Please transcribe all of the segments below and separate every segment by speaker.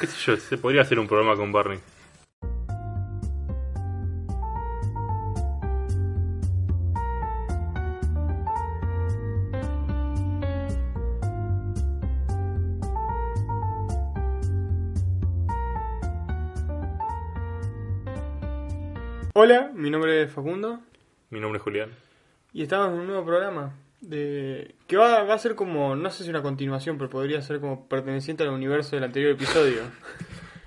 Speaker 1: qué sé yo, se podría hacer un programa con Barney.
Speaker 2: Hola, mi nombre es Facundo
Speaker 1: Mi nombre es Julián.
Speaker 2: y estamos en un nuevo programa de que va, va a ser como, no sé si una continuación, pero podría ser como perteneciente al universo del anterior episodio.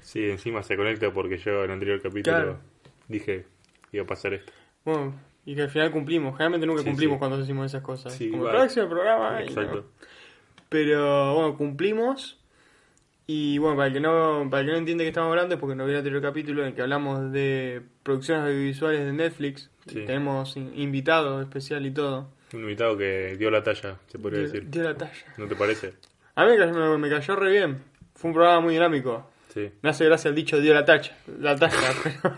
Speaker 1: Sí, encima se conecta porque yo en el anterior capítulo
Speaker 2: Claro.
Speaker 1: dije iba a pasar esto.
Speaker 2: Bueno, y que al final cumplimos, generalmente nunca
Speaker 1: Sí,
Speaker 2: cumplimos
Speaker 1: sí.
Speaker 2: cuando decimos esas cosas.
Speaker 1: Sí,
Speaker 2: como
Speaker 1: va.
Speaker 2: el próximo programa. y
Speaker 1: Exacto.
Speaker 2: no. Pero bueno, cumplimos. Y bueno, para el que no, para el que no entiende que estamos hablando es porque no vio el anterior capítulo en el que hablamos de producciones audiovisuales de Netflix.
Speaker 1: Sí.
Speaker 2: Tenemos in- invitados especial y todo.
Speaker 1: Un invitado que dio la talla, se podría
Speaker 2: Dio-
Speaker 1: decir.
Speaker 2: dio la talla.
Speaker 1: ¿No te parece?
Speaker 2: A mí me cayó, me- me cayó re bien. Fue un programa muy dinámico.
Speaker 1: Sí.
Speaker 2: Me hace gracia el dicho dio la tacha. La tacha. pero-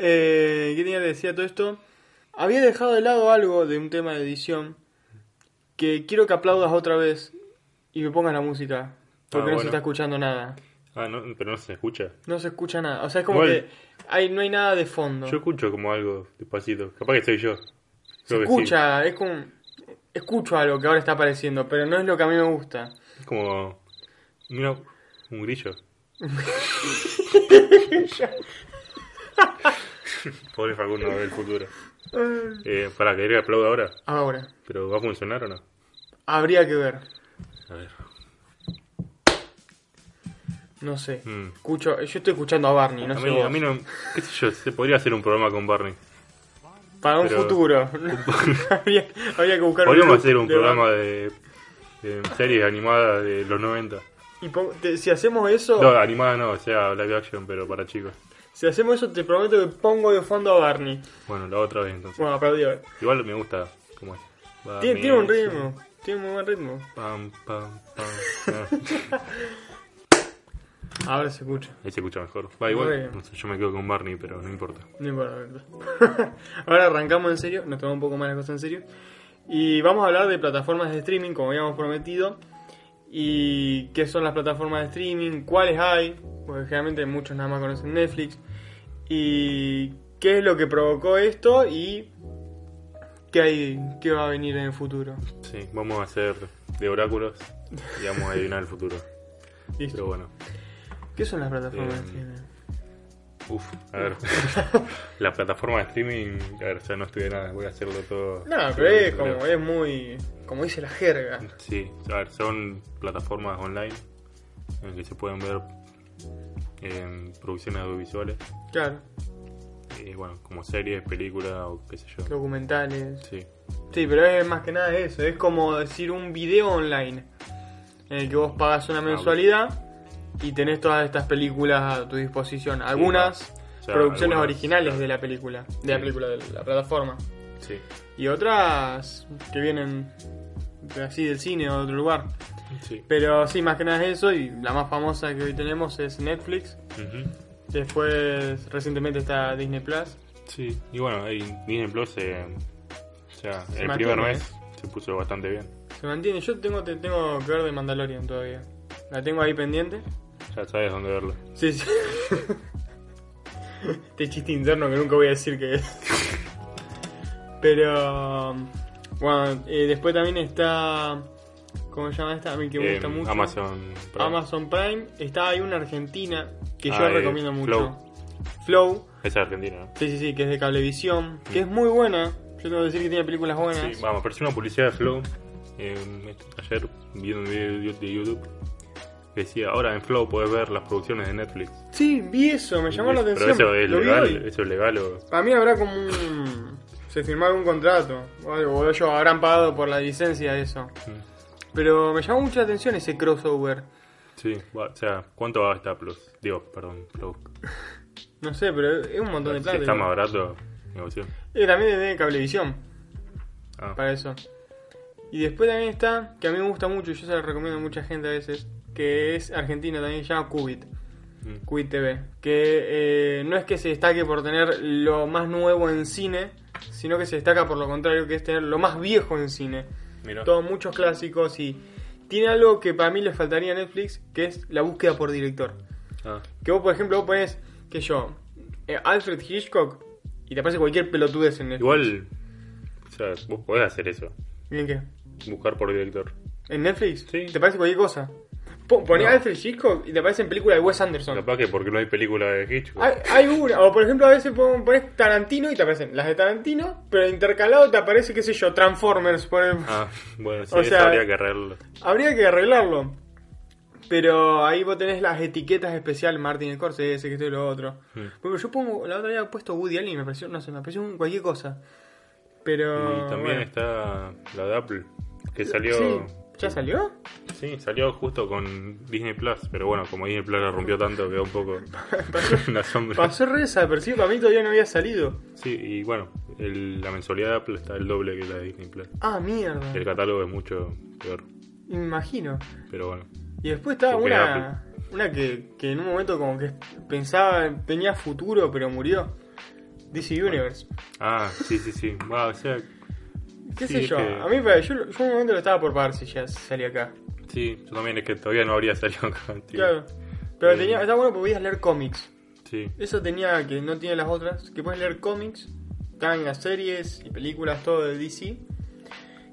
Speaker 2: Eh, ¿Qué tenía que decir a todo esto? Había dejado de lado algo de un tema de edición que quiero que aplaudas otra vez y me pongas la música. Porque
Speaker 1: Ah,
Speaker 2: no se
Speaker 1: bueno.
Speaker 2: está escuchando nada.
Speaker 1: Ah, no, pero no se escucha.
Speaker 2: No se escucha nada. O sea, es como
Speaker 1: Bueno.
Speaker 2: que hay, no hay nada de fondo.
Speaker 1: Yo escucho como algo despacito. Capaz que soy yo.
Speaker 2: se
Speaker 1: Creo que sí.
Speaker 2: escucha, es como... Escucho algo que ahora está apareciendo, pero no es lo que a mí me gusta.
Speaker 1: Es como. Mira, un grillo. Pobre Facundo del futuro. Eh, para que le aplauda ahora.
Speaker 2: Ahora,
Speaker 1: ¿Pero va a funcionar o no?
Speaker 2: habría que ver.
Speaker 1: A ver.
Speaker 2: No sé.
Speaker 1: Mm.
Speaker 2: Escucho, yo estoy escuchando a Barney, no
Speaker 1: a,
Speaker 2: sé.
Speaker 1: mí,
Speaker 2: vos.
Speaker 1: a mí no. ¿Qué sé yo? Se podría hacer un programa con Barney.
Speaker 2: Para un
Speaker 1: pero-
Speaker 2: futuro. habría, habría que buscar
Speaker 1: Podríamos
Speaker 2: loop
Speaker 1: hacer un
Speaker 2: de
Speaker 1: programa de, de series animadas de los 90.
Speaker 2: Barney. Y pon- te- si hacemos eso,
Speaker 1: No, animada no, o sea, live action, pero para chicos.
Speaker 2: si hacemos eso, te prometo que pongo de fondo a Barney.
Speaker 1: Bueno, la otra vez entonces.
Speaker 2: Bueno, aplaudí ahora.
Speaker 1: Igual me gusta como es. Va,
Speaker 2: Tiene,
Speaker 1: mi-
Speaker 2: tiene un ritmo, tiene muy buen ritmo.
Speaker 1: Pam, pam, pam. Ah.
Speaker 2: Ahora se escucha.
Speaker 1: Ahí se escucha mejor. Va,
Speaker 2: Muy
Speaker 1: igual.
Speaker 2: bien.
Speaker 1: no sé, yo me quedo con Barney, pero no importa.
Speaker 2: No importa, no importa. Ahora arrancamos en serio, nos tomamos un poco más la cosa en serio. Y vamos a hablar de plataformas de streaming, como habíamos prometido. Y qué son las plataformas de streaming, cuáles hay, porque generalmente muchos nada más conocen Netflix. Y qué es lo que provocó esto y qué, hay, qué va a venir en el futuro.
Speaker 1: Sí, vamos a hacer de oráculos y vamos a adivinar el futuro. Pero
Speaker 2: Listo.
Speaker 1: bueno,
Speaker 2: ¿Qué son las plataformas
Speaker 1: Eh,
Speaker 2: de streaming?
Speaker 1: uff, a ver. la plataforma de streaming, a ver, ya no estudié nada, voy a hacerlo todo.
Speaker 2: No, pero es como, es muy. como dice la jerga.
Speaker 1: Sí, a ver, son plataformas online en las que se pueden ver em, producciones audiovisuales,
Speaker 2: Claro,
Speaker 1: eh, bueno, como series, películas o qué sé yo.
Speaker 2: documentales.
Speaker 1: Sí,
Speaker 2: Sí, pero es más que nada eso, es como decir un video online en el que vos pagas
Speaker 1: Ah,
Speaker 2: una mensualidad y tenés todas estas películas a tu disposición, algunas
Speaker 1: O sea,
Speaker 2: producciones
Speaker 1: algunas,
Speaker 2: originales
Speaker 1: claro.
Speaker 2: de la película, de la
Speaker 1: Sí.
Speaker 2: película de la plataforma
Speaker 1: sí,
Speaker 2: y otras que vienen de- así del cine o de otro lugar.
Speaker 1: sí.
Speaker 2: Pero sí, más que nada es eso y la más famosa que hoy tenemos es Netflix,
Speaker 1: Ujú.
Speaker 2: después recientemente está Disney Plus.
Speaker 1: Sí, y bueno, ahí Disney Plus, eh, o sea, el
Speaker 2: mantiene,
Speaker 1: primer
Speaker 2: ¿eh?
Speaker 1: mes se puso bastante bien.
Speaker 2: Se mantiene, yo tengo te- tengo que ver de Mandalorian todavía. La tengo ahí pendiente.
Speaker 1: Ya sabes dónde verlo.
Speaker 2: Sí, sí. Este chiste interno que nunca voy a decir que es. Pero. um, Bueno, eh, después también está. ¿Cómo se llama esta? A mí que me
Speaker 1: Eh,
Speaker 2: gusta mucho.
Speaker 1: Amazon. Prime.
Speaker 2: Amazon Prime. Está ahí una argentina que yo
Speaker 1: Ah, eh,
Speaker 2: recomiendo mucho.
Speaker 1: Flow.
Speaker 2: Flow.
Speaker 1: Esa es Argentina, ¿no?
Speaker 2: Sí, sí, sí, que es de cablevisión. Que es muy buena. Yo tengo que decir que tiene películas buenas.
Speaker 1: Sí, vamos, apareció una publicidad de Flow. eh, ayer viendo un video de YouTube. Decía, ahora en Flow podés ver las producciones de Netflix.
Speaker 2: Sí, vi eso, me llamó la
Speaker 1: Pero
Speaker 2: atención.
Speaker 1: eso es
Speaker 2: Lo vi
Speaker 1: legal,
Speaker 2: hoy.
Speaker 1: eso es legal o...
Speaker 2: Para mí habrá como un... Se firmaron un contrato. O algo, o ellos habrán pagado por la licencia de eso. Pero me llamó mucha atención ese crossover.
Speaker 1: Sí, va, o sea, ¿cuánto va a estar Plus? Digo, perdón, Flow.
Speaker 2: No sé, pero es un montón de
Speaker 1: Si
Speaker 2: plata.
Speaker 1: está más
Speaker 2: igual.
Speaker 1: barato, negocio.
Speaker 2: Eh, también de Cablevisión,
Speaker 1: Ah,
Speaker 2: para eso. Y después también está, que a mí me gusta mucho y yo se la recomiendo a mucha gente a veces, que es argentina también, se llama Cubit.
Speaker 1: mm,
Speaker 2: Cubit TV. Que eh, no es que se destaque por tener lo más nuevo en cine, sino que se destaca por lo contrario, que es tener lo más viejo en cine.
Speaker 1: mira.
Speaker 2: Todos muchos clásicos y tiene algo que para mí le faltaría a Netflix, que es la búsqueda por director.
Speaker 1: Ah,
Speaker 2: Que vos, por ejemplo, vos pones, que yo, eh, Alfred Hitchcock, y te aparece cualquier pelotudez en Netflix.
Speaker 1: igual, o sea, vos podés hacer eso.
Speaker 2: ¿En qué?
Speaker 1: Buscar por director.
Speaker 2: ¿En Netflix?
Speaker 1: Sí.
Speaker 2: ¿Te aparece cualquier cosa? Po- Ponés
Speaker 1: No.
Speaker 2: Alfred Hitchcock y te aparecen películas de Wes Anderson.
Speaker 1: Capaz que porque no hay película de Hitchcock.
Speaker 2: Hay, hay una, o por ejemplo a veces pon- pones Tarantino y te aparecen las de Tarantino, pero intercalado te aparece, qué sé yo, Transformers. Por el-
Speaker 1: Ah, bueno, sí,
Speaker 2: O
Speaker 1: eso
Speaker 2: sea-
Speaker 1: habría que arreglarlo.
Speaker 2: Habría que arreglarlo. Pero ahí vos tenés las etiquetas especial Martin Scorsese, que esto y lo otro.
Speaker 1: Hmm.
Speaker 2: Porque yo pongo, la otra vez he puesto Woody Allen y me pareció, no sé, me pareció un cualquier cosa. Pero...
Speaker 1: y también
Speaker 2: Ah, bueno.
Speaker 1: está la de Apple, que salió...
Speaker 2: Sí, ¿Ya salió?
Speaker 1: Sí, salió justo con Disney Plus, pero bueno, como Disney Plus la rompió tanto, quedó un poco en la sombra.
Speaker 2: Pasó re desapercibido, para mí todavía no había salido.
Speaker 1: Sí, y bueno, el- la mensualidad de Apple está el doble que la de Disney Plus.
Speaker 2: Ah, mierda.
Speaker 1: El catálogo es mucho peor,
Speaker 2: Me imagino.
Speaker 1: pero bueno.
Speaker 2: Y después estaba
Speaker 1: Porque
Speaker 2: una, una que, que en un momento como que pensaba, tenía futuro, pero murió. DC Universe.
Speaker 1: Ah, sí, sí, sí. Va, o sea,
Speaker 2: ¿Qué
Speaker 1: sí,
Speaker 2: sé
Speaker 1: es
Speaker 2: yo?
Speaker 1: que-
Speaker 2: A mí, me- yo, yo en un momento lo estaba por pagar si ya salía acá.
Speaker 1: sí, yo también es que todavía no habría salido acá. tío.
Speaker 2: Claro. Pero
Speaker 1: Sí.
Speaker 2: tenía, está bueno porque podías leer cómics.
Speaker 1: Sí,
Speaker 2: Eso tenía que no tiene las otras. Que puedes leer cómics, tangas, series y películas, todo de DC.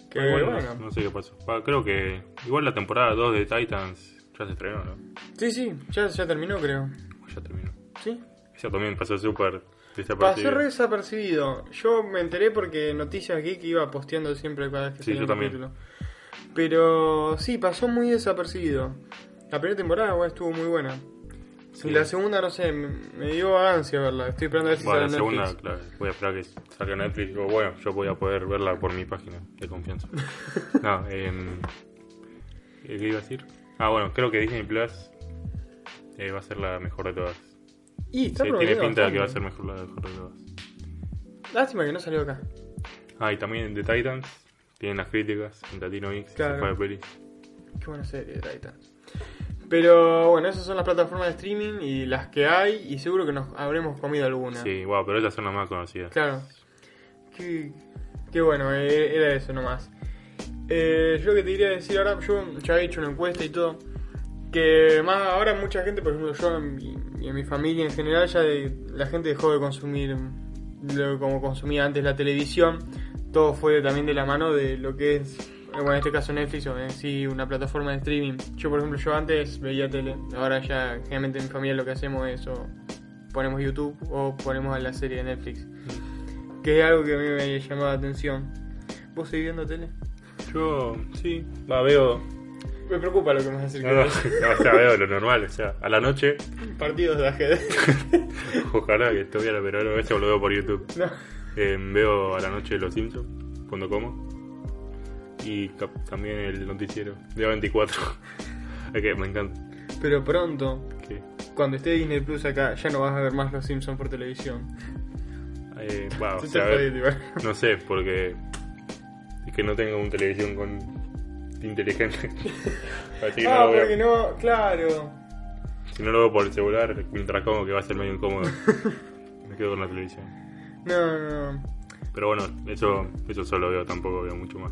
Speaker 2: Que
Speaker 1: Pero
Speaker 2: bueno.
Speaker 1: bueno, no- no sé qué pasó. Va, creo que igual la temporada 2 de Titans ya se estrenó, ¿no?
Speaker 2: Sí, sí, ya, ya terminó creo.
Speaker 1: O ya terminó.
Speaker 2: ¿Sí?
Speaker 1: Esa también pasó súper
Speaker 2: Pasó
Speaker 1: desapercibida.
Speaker 2: re desapercibido. Yo me enteré porque Noticias Geek iba posteando siempre cada vez que
Speaker 1: Sí,
Speaker 2: salía
Speaker 1: yo
Speaker 2: un
Speaker 1: también.
Speaker 2: capítulo. Pero sí, pasó muy desapercibido. La primera temporada bueno, estuvo muy buena.
Speaker 1: Sí.
Speaker 2: Y la segunda, no sé, me me dio ansia verla. Estoy esperando a ver si
Speaker 1: Bueno, la
Speaker 2: sale en
Speaker 1: segunda,
Speaker 2: Netflix.
Speaker 1: claro, voy a esperar que salga Netflix. O bueno, yo voy a poder verla por mi página de confianza. no, em, ¿qué iba a decir? Ah, bueno, creo que Disney Plus eh, va a ser la mejor de todas.
Speaker 2: Y está
Speaker 1: Sí, tiene
Speaker 2: prometiendo
Speaker 1: pinta de que va a ser
Speaker 2: bastante.
Speaker 1: mejor la mejor de todas.
Speaker 2: Lástima que no salió acá.
Speaker 1: Ah, y también The Titans. Tienen las críticas en Latino X, se
Speaker 2: Claro.
Speaker 1: fue de peli.
Speaker 2: Qué buena serie de Titans. Pero bueno, esas son las plataformas de streaming y las que hay. Y seguro que nos habremos comido alguna.
Speaker 1: Sí, wow, pero esas son las más conocidas.
Speaker 2: Claro. Qué, qué bueno, eh, era eso nomás. Eh, yo lo que te quería decir ahora, yo ya he hecho una encuesta y todo. Que más ahora mucha gente, por ejemplo, yo en mi- y en mi familia en general, ya de- la gente dejó de consumir lo, como consumía antes la televisión. Todo fue también de la mano de lo que es, eh, bueno, en este caso Netflix o en sí una plataforma de streaming. Yo, por ejemplo, yo antes veía tele. Ahora ya, generalmente en mi familia lo que hacemos es o ponemos YouTube o ponemos a la serie de Netflix. Que es algo que a mí me llamaba la atención. ¿Vos seguís viendo tele?
Speaker 1: Yo, sí, va, veo.
Speaker 2: Me preocupa lo que me vas a decir.
Speaker 1: No, no, o sea, veo lo normal, o sea, a la noche.
Speaker 2: Partidos de ajedrez.
Speaker 1: Ojalá que estuviera, pero ahora eso lo veo por YouTube.
Speaker 2: No.
Speaker 1: Eh, veo a la noche Los Simpsons cuando como. Y cap- también el noticiero de 24. Es que me encanta.
Speaker 2: Pero pronto,
Speaker 1: que,
Speaker 2: cuando esté Disney Plus acá, ya no vas a ver más Los Simpsons por televisión.
Speaker 1: eh, va, o
Speaker 2: Yo te
Speaker 1: sea, a ver,
Speaker 2: jodí, tipo.
Speaker 1: no sé, porque es que no tengo una televisión con inteligente. Así que
Speaker 2: Ah,
Speaker 1: no lo
Speaker 2: porque
Speaker 1: veo.
Speaker 2: no, claro.
Speaker 1: Si no lo veo por el celular, mientras como que va a ser medio incómodo. me quedo con la televisión.
Speaker 2: No, no, no.
Speaker 1: Pero bueno, eso, eso solo veo, tampoco veo mucho más.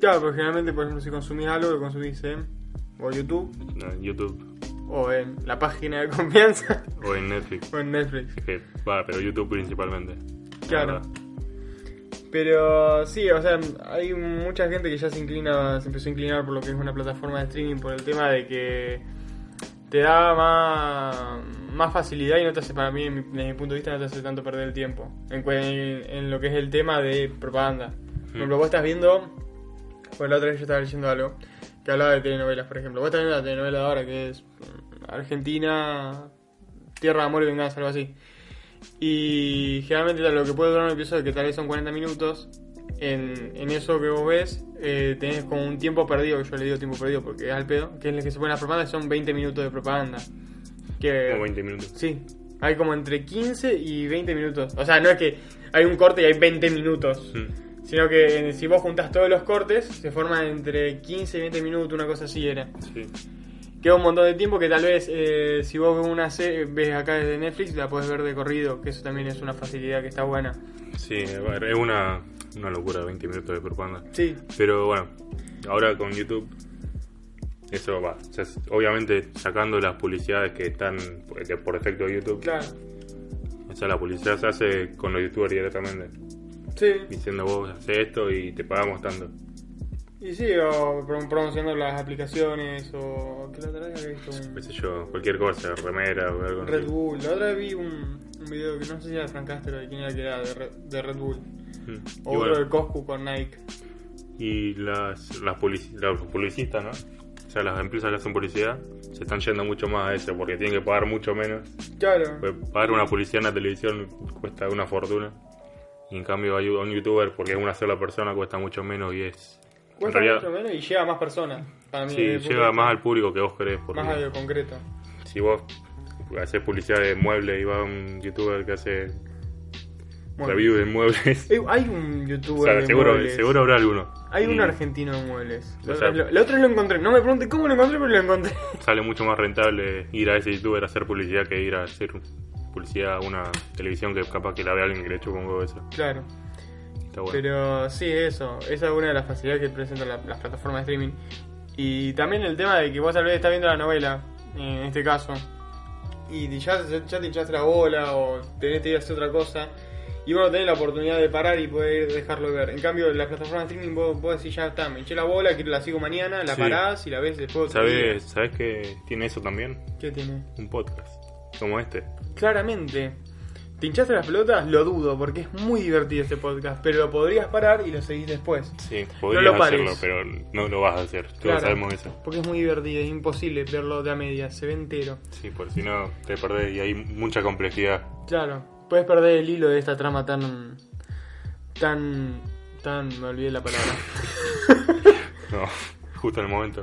Speaker 2: Claro, porque generalmente, por ejemplo, si consumís algo, lo consumís en o YouTube,
Speaker 1: No, En YouTube
Speaker 2: o en la página de confianza,
Speaker 1: o en Netflix.
Speaker 2: o en Netflix.
Speaker 1: Es que, va, pero YouTube principalmente. la
Speaker 2: Claro.
Speaker 1: verdad.
Speaker 2: Pero sí, o sea, hay mucha gente que ya se inclina, se empezó a inclinar por lo que es una plataforma de streaming, por el tema de que te da más, más facilidad y no te hace, para mí, en mi- desde mi punto de vista, no te hace tanto perder el tiempo en, cu- en- en lo que es el tema de propaganda. Por ejemplo, vos estás viendo, pues la otra vez yo estaba leyendo algo que hablaba de telenovelas, por ejemplo. Vos estás viendo la telenovela de ahora que es mm, Argentina, Tierra, Amor y Venganza, algo así. Y generalmente lo que puede durar un episodio, que tal vez son 40 minutos, en, en eso que vos ves, eh, tenés como un tiempo perdido, que yo le digo tiempo perdido porque es al pedo, que es el que se pone la propaganda, son 20 minutos de propaganda. Que,
Speaker 1: Como 20 minutos.
Speaker 2: Sí, hay como entre 15 y 20 minutos. O sea, no es que hay un corte y hay 20 minutos,
Speaker 1: Mm.
Speaker 2: sino que eh, si vos juntás todos los cortes, se forman entre 15 y 20 minutos, una cosa así era
Speaker 1: Sí.
Speaker 2: queda un montón de tiempo que tal vez eh, si vos ves una serie, ves acá desde Netflix, la podés ver de corrido, que eso también es una facilidad que está buena.
Speaker 1: Sí, a ver, es una, una locura 20 minutos de propaganda.
Speaker 2: Sí,
Speaker 1: Pero bueno, ahora con YouTube Eso va. O sea, es- obviamente, sacando las publicidades que están por, de- por efecto de YouTube.
Speaker 2: Claro.
Speaker 1: O sea, la publicidad se hace con los youtubers directamente.
Speaker 2: Sí.
Speaker 1: Diciendo vos haces esto y te pagamos tanto.
Speaker 2: Y sí, o prom- promocionando las aplicaciones o... ¿Qué la otra vez había visto? Un...
Speaker 1: qué sé yo, cualquier cosa, remera o algo.
Speaker 2: Red
Speaker 1: así.
Speaker 2: Bull. La otra vez vi un, un video que no sé si era de Frank Castro de quién era que era de Red, de Red Bull.
Speaker 1: Mm.
Speaker 2: O
Speaker 1: Y,
Speaker 2: otro
Speaker 1: bueno,
Speaker 2: de Coscu con Nike.
Speaker 1: y las, las publici- los publicistas, ¿no? O sea, las empresas que hacen publicidad se están yendo mucho más a eso porque tienen que pagar mucho menos.
Speaker 2: Claro.
Speaker 1: Porque Pues, pagar una publicidad en la televisión cuesta una fortuna. Y en cambio hay un youtuber, porque es una sola persona, cuesta mucho menos y es... en
Speaker 2: Cuesta
Speaker 1: realidad-
Speaker 2: mucho menos y llega a más personas. Para mí,
Speaker 1: Sí,
Speaker 2: desde el punto
Speaker 1: llega
Speaker 2: de
Speaker 1: más al
Speaker 2: vista-
Speaker 1: público que vos querés. Porque
Speaker 2: Más a lo concreto.
Speaker 1: si vos haces publicidad de muebles y va un youtuber que hace
Speaker 2: Bueno.
Speaker 1: reviews de muebles...
Speaker 2: Eh, Hay un
Speaker 1: o
Speaker 2: youtuber
Speaker 1: sea,
Speaker 2: de
Speaker 1: seguro,
Speaker 2: muebles.
Speaker 1: seguro habrá alguno.
Speaker 2: Hay un
Speaker 1: Y
Speaker 2: argentino de muebles. La
Speaker 1: O
Speaker 2: otra,
Speaker 1: sea-
Speaker 2: lo- la otra lo encontré. No me pregunte cómo lo encontré, pero lo encontré.
Speaker 1: Sale mucho más rentable ir a ese youtuber a hacer publicidad que ir a hacer publicidad a una televisión que capaz que la vea alguien que le chupa un huevo eso.
Speaker 2: Claro.
Speaker 1: Está bueno.
Speaker 2: Pero sí, eso. Esa es una de las facilidades que presentan la- las plataformas de streaming. Y también el tema de que vos tal vez estás viendo la novela, en este caso, y ya, ya te hinchaste la bola o tenés que ir a hacer otra cosa, y vos no tenés la oportunidad de parar y poder dejarlo ver. En cambio, en las plataformas de streaming vos, vos decís, ya está, me hinché la bola, quiero la sigo mañana, la
Speaker 1: Sí.
Speaker 2: parás y la ves después. otro
Speaker 1: ¿Sabes, ¿Sabes que tiene eso también?
Speaker 2: día. ¿Qué tiene?
Speaker 1: Un podcast como este.
Speaker 2: Claramente. ¿Te hinchaste las pelotas? Lo dudo, porque es muy divertido este podcast, pero lo podrías parar y lo seguís después.
Speaker 1: Sí,
Speaker 2: No
Speaker 1: podrías
Speaker 2: lo pares.
Speaker 1: hacerlo, pero no lo vas a hacer. Todos
Speaker 2: Claro.
Speaker 1: sabemos eso.
Speaker 2: Porque es muy divertido, es imposible verlo de a media, se ve entero.
Speaker 1: Sí, por si no te perdés y hay mucha complejidad.
Speaker 2: Claro, puedes perder el hilo de esta trama tan. tan. tan. me olvidé la palabra.
Speaker 1: No, justo en el momento.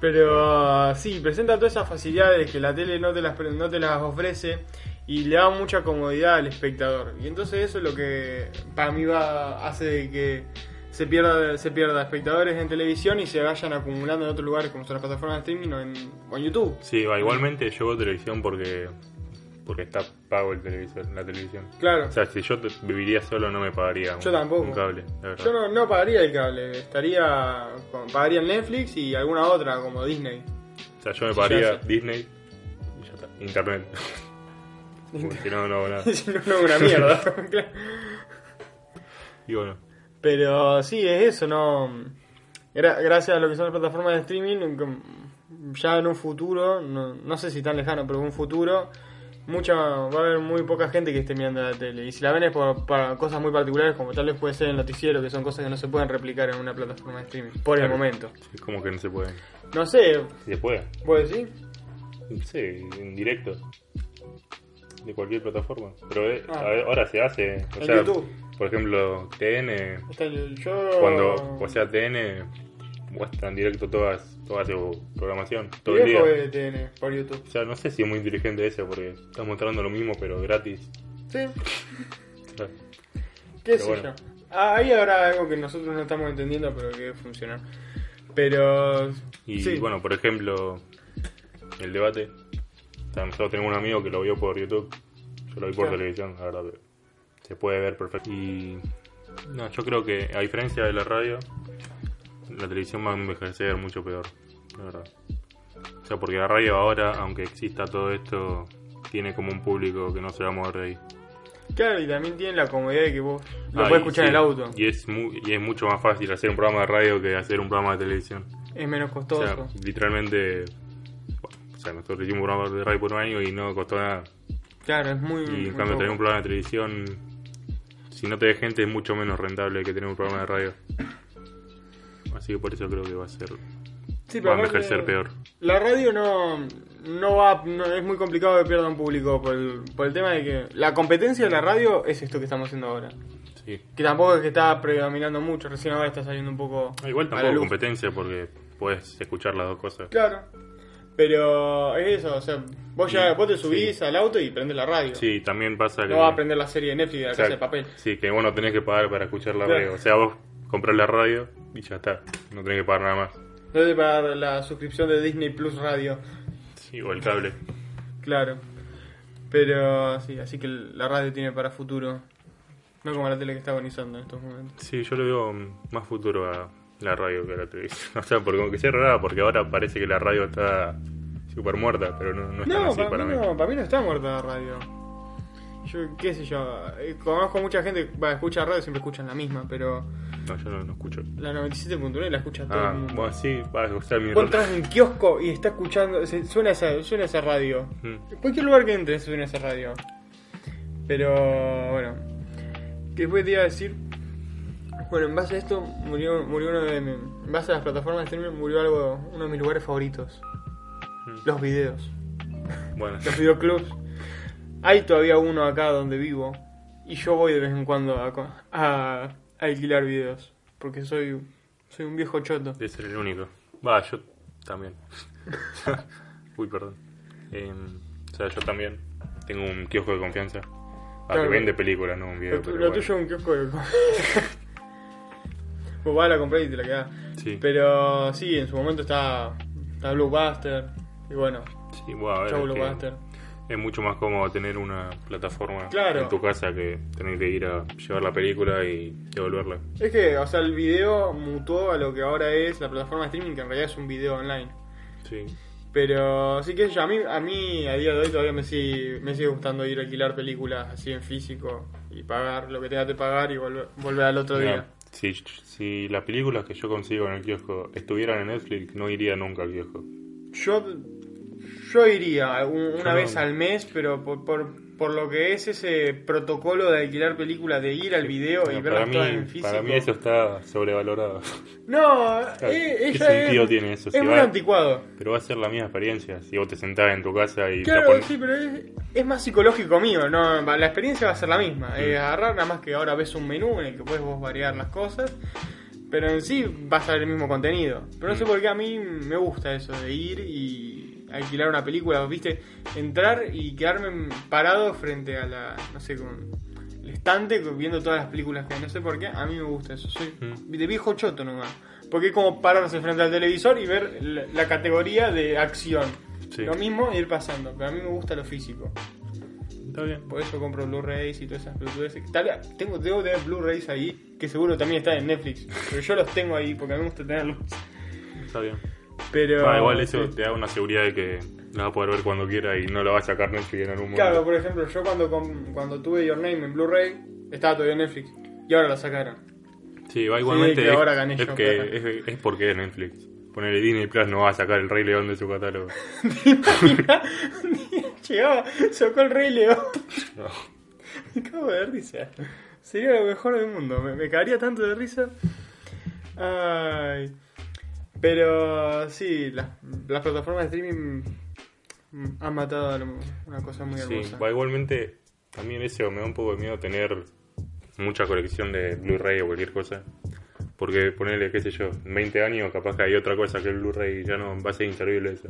Speaker 2: Pero sí, presenta todas esas facilidades que la tele no te las, pre- no te las ofrece y le da mucha comodidad al espectador. Y entonces eso es lo que para mí va hace de que se pierda se pierda espectadores en televisión y se vayan acumulando en otros lugares como son las plataformas de streaming o en, o en YouTube.
Speaker 1: Sí, va, igualmente yo veo televisión porque porque está pago el televisor, la televisión.
Speaker 2: Claro.
Speaker 1: O sea, si yo te- viviría solo no me pagaría un,
Speaker 2: Yo tampoco.
Speaker 1: un cable, la verdad.
Speaker 2: Yo no, no pagaría el cable, estaría con- pagaría el Netflix y alguna otra como Disney.
Speaker 1: O sea, yo me
Speaker 2: Sí,
Speaker 1: pagaría
Speaker 2: ya sé.
Speaker 1: Disney y ya está. Internet. porque no, no, hago nada.
Speaker 2: Si no, no, una mierda. Claro.
Speaker 1: Y bueno,
Speaker 2: Pero sí, es eso, ¿no? Gra- gracias a lo que son las plataformas de streaming, com- ya en un futuro, no, no sé si tan lejano, pero en un futuro, mucha, va a haber muy poca gente que esté mirando la tele. Y si la ven es por, para cosas muy particulares, como tal vez puede ser el noticiero, que son cosas que no se pueden replicar en una plataforma de streaming, por el
Speaker 1: Claro.
Speaker 2: momento.
Speaker 1: es como que no se puede.
Speaker 2: No sé,
Speaker 1: Si se puede.
Speaker 2: ¿vos decís?
Speaker 1: Sí, en directo. De cualquier plataforma. Pero eh,
Speaker 2: Ah.
Speaker 1: a ver, ahora se hace. O
Speaker 2: En
Speaker 1: sea,
Speaker 2: YouTube. Oh.
Speaker 1: Por ejemplo, TN.
Speaker 2: Está el- yo...
Speaker 1: Cuando. O sea, TN muestra en directo todas, toda su programación. Todo el día.
Speaker 2: Viejo de TN por YouTube.
Speaker 1: O sea, no sé si es muy inteligente eso porque estás mostrando lo mismo pero gratis.
Speaker 2: Sí,
Speaker 1: O sea,
Speaker 2: qué
Speaker 1: Pero
Speaker 2: sé
Speaker 1: bueno.
Speaker 2: yo. Ah, ahí habrá algo que nosotros no estamos entendiendo, pero que funciona. Pero.
Speaker 1: Y
Speaker 2: sí.
Speaker 1: bueno, por ejemplo, el debate. O sea, nosotros tenemos un amigo que lo vio por YouTube. Yo lo vi por
Speaker 2: Claro.
Speaker 1: televisión, la verdad, pero se puede ver perfecto. Y no, yo creo que a diferencia de la radio, la televisión va a envejecer mucho peor, la verdad. O sea, porque la radio ahora, aunque exista todo esto, tiene como un público que no se va a mover de ahí.
Speaker 2: Claro, y también tiene la comodidad de que vos lo
Speaker 1: Ah,
Speaker 2: podés
Speaker 1: y
Speaker 2: escuchar
Speaker 1: sí,
Speaker 2: en el auto.
Speaker 1: Y es, mu- y es mucho más fácil hacer un programa de radio que hacer un programa de televisión.
Speaker 2: Es menos
Speaker 1: O
Speaker 2: costoso.
Speaker 1: sea, literalmente. bueno, o sea, nosotros hicimos un programa de radio por un año y no costó nada.
Speaker 2: claro, es muy.
Speaker 1: Y
Speaker 2: muy
Speaker 1: en cambio, tener
Speaker 2: Mm, poco.
Speaker 1: un programa de televisión, si no te ve gente, es mucho menos rentable que tener un programa de radio. Así que por eso creo que va a ser.
Speaker 2: Sí, pero
Speaker 1: va a
Speaker 2: aparte,
Speaker 1: envejecer peor.
Speaker 2: La radio no, no va. no- es muy complicado que pierda un público por el, por el tema de que. La competencia de la radio es esto que estamos haciendo ahora.
Speaker 1: Sí.
Speaker 2: Que tampoco es que está predominando mucho, recién ahora está saliendo un poco.
Speaker 1: Ah, Igual
Speaker 2: a la
Speaker 1: tampoco
Speaker 2: luz.
Speaker 1: competencia porque puedes escuchar las dos cosas.
Speaker 2: Claro. Pero es eso, o sea, vos ya vos te subís al auto y prendés la radio.
Speaker 1: Sí, también pasa que.
Speaker 2: No vas a prender la serie de Netflix de la
Speaker 1: o sea,
Speaker 2: casa de papel.
Speaker 1: Sí, que vos no tenés que pagar para escuchar la
Speaker 2: Claro.
Speaker 1: radio. O sea, vos compras la radio y ya está. No tenés que pagar nada más.
Speaker 2: No te pagar la suscripción de Disney Plus Radio.
Speaker 1: Sí, o el cable.
Speaker 2: Claro. Pero sí, así que la radio tiene para futuro. No como la tele que está agonizando en estos momentos.
Speaker 1: Sí, yo le veo mm, más futuro a, la radio que la televisión. O sea, porque como que sea rara, porque ahora parece que la radio está súper muerta, pero no, no es tan
Speaker 2: No,
Speaker 1: así
Speaker 2: para,
Speaker 1: para
Speaker 2: mí
Speaker 1: mí.
Speaker 2: no, para mí no está muerta la radio. Yo, qué sé yo, eh, conozco mucha gente que va, escucha radio, siempre escuchan la misma, pero
Speaker 1: No, yo no, no escucho.
Speaker 2: la 97.9 la escucha todo
Speaker 1: Ah,
Speaker 2: el mundo.
Speaker 1: bueno, sí, va a gustar mi
Speaker 2: Vos
Speaker 1: radio.
Speaker 2: entras en un kiosco y está escuchando, se- suena, esa, suena esa radio.
Speaker 1: Mm.
Speaker 2: En cualquier lugar que entres suena esa radio. Pero bueno, que después te iba a decir, bueno, en base a esto murió, murió uno de mi- en base a las plataformas de streaming murió algo, uno de mis lugares favoritos,
Speaker 1: Mm.
Speaker 2: los videos.
Speaker 1: Bueno,
Speaker 2: los videoclubs. Hay todavía uno acá donde vivo. Y yo voy de vez en cuando a, co- a- a alquilar videos. Porque soy, soy un viejo choto.
Speaker 1: debe ser el único. Va, yo también. Uy, perdón. Eh, o sea, yo también tengo un kiosco de confianza. Ah,
Speaker 2: Claro.
Speaker 1: que vende películas, no un video.
Speaker 2: Lo, tu-
Speaker 1: pero
Speaker 2: lo
Speaker 1: bueno.
Speaker 2: tuyo es un kiosco de co- Vos vas, la compras y te la quedás.
Speaker 1: Sí,
Speaker 2: Pero sí, en su momento está, está Blockbuster. Y bueno,
Speaker 1: sí, bueno, a ver,
Speaker 2: chau
Speaker 1: es que
Speaker 2: Blockbuster.
Speaker 1: es mucho más cómodo tener una plataforma
Speaker 2: Claro.
Speaker 1: en tu casa que tener que ir a llevar la película y devolverla.
Speaker 2: Es que, o sea, el video mutó a lo que ahora es la plataforma de streaming, que en realidad es un video online.
Speaker 1: Sí,
Speaker 2: Pero sí que yo, a mí, a mí a día de hoy todavía me sigue, me sigue gustando ir a alquilar películas así en físico y pagar lo que tenga que pagar y volver, volver al otro
Speaker 1: Mira,
Speaker 2: día.
Speaker 1: Si, si las películas que yo consigo en el kiosco estuvieran en Netflix, no iría nunca al kiosco.
Speaker 2: Yo, yo iría un- una
Speaker 1: no.
Speaker 2: vez al mes, pero por, por, por lo que es ese protocolo de alquilar películas, de ir al video y
Speaker 1: Bueno,
Speaker 2: verlas
Speaker 1: para,
Speaker 2: todas en
Speaker 1: mí,
Speaker 2: físico.
Speaker 1: para mí eso está sobrevalorado.
Speaker 2: No, eh,
Speaker 1: ¿Qué
Speaker 2: ella
Speaker 1: sentido
Speaker 2: es,
Speaker 1: tiene eso?
Speaker 2: es
Speaker 1: Si
Speaker 2: muy
Speaker 1: va-
Speaker 2: anticuado.
Speaker 1: Pero va a ser la misma experiencia si vos te sentás en tu casa y te
Speaker 2: Claro,
Speaker 1: pones-
Speaker 2: sí, pero es, es más psicológico mío. No, va- la experiencia va a ser la misma.
Speaker 1: Mm.
Speaker 2: Es agarrar, nada más que ahora ves un menú en el que puedes vos variar las cosas. Pero en sí vas a ver el mismo contenido. Pero no sé
Speaker 1: Mm.
Speaker 2: por qué a mí me gusta eso de ir y alquilar una película, ¿viste? Entrar y quedarme parado frente a la, no sé, con el estante viendo todas las películas que hay. No sé por qué, a mí me gusta eso. Soy
Speaker 1: Mm.
Speaker 2: de viejo choto nomás. Porque es como pararse frente al televisor y ver la, la categoría de acción.
Speaker 1: Sí.
Speaker 2: Lo mismo ir pasando, pero a mí me gusta lo físico.
Speaker 1: Está bien.
Speaker 2: Por eso compro Blu-rays y todas esas pelotudeces. Tal vez- tengo, debo tener Blu-rays ahí, que seguro también están en Netflix. Pero yo los tengo ahí porque a mí me gusta tenerlos.
Speaker 1: Está bien.
Speaker 2: Pero. este,
Speaker 1: Ah, igual eso
Speaker 2: sí.
Speaker 1: te da una seguridad de que la vas a poder ver cuando quiera y no la vas a sacar Netflix en algún
Speaker 2: Claro,
Speaker 1: momento.
Speaker 2: por ejemplo, yo cuando, com- cuando tuve Your Name en Blu-ray, estaba todavía en Netflix. Y ahora la sacaron.
Speaker 1: Sí, va igualmente.
Speaker 2: que
Speaker 1: es,
Speaker 2: ahora gané
Speaker 1: es
Speaker 2: yo,
Speaker 1: que
Speaker 2: claro.
Speaker 1: es, es porque es Netflix. Ponerle Disney Plus no va a sacar el Rey León de su catálogo.
Speaker 2: Llegaba, ah, sacó el Rey León.
Speaker 1: No.
Speaker 2: Me cago de risa. Sería lo mejor del mundo. Me, me caería tanto de risa. Ay. Pero sí, las, las plataformas de streaming mm, han matado a lo- una cosa muy
Speaker 1: Sí,
Speaker 2: hermosa.
Speaker 1: va, igualmente también eso me da un poco de miedo tener mucha colección de Blu-ray o cualquier cosa. Porque ponerle, qué sé yo, 20 años capaz que hay otra cosa que el Blu-ray y ya no va a ser inservible eso.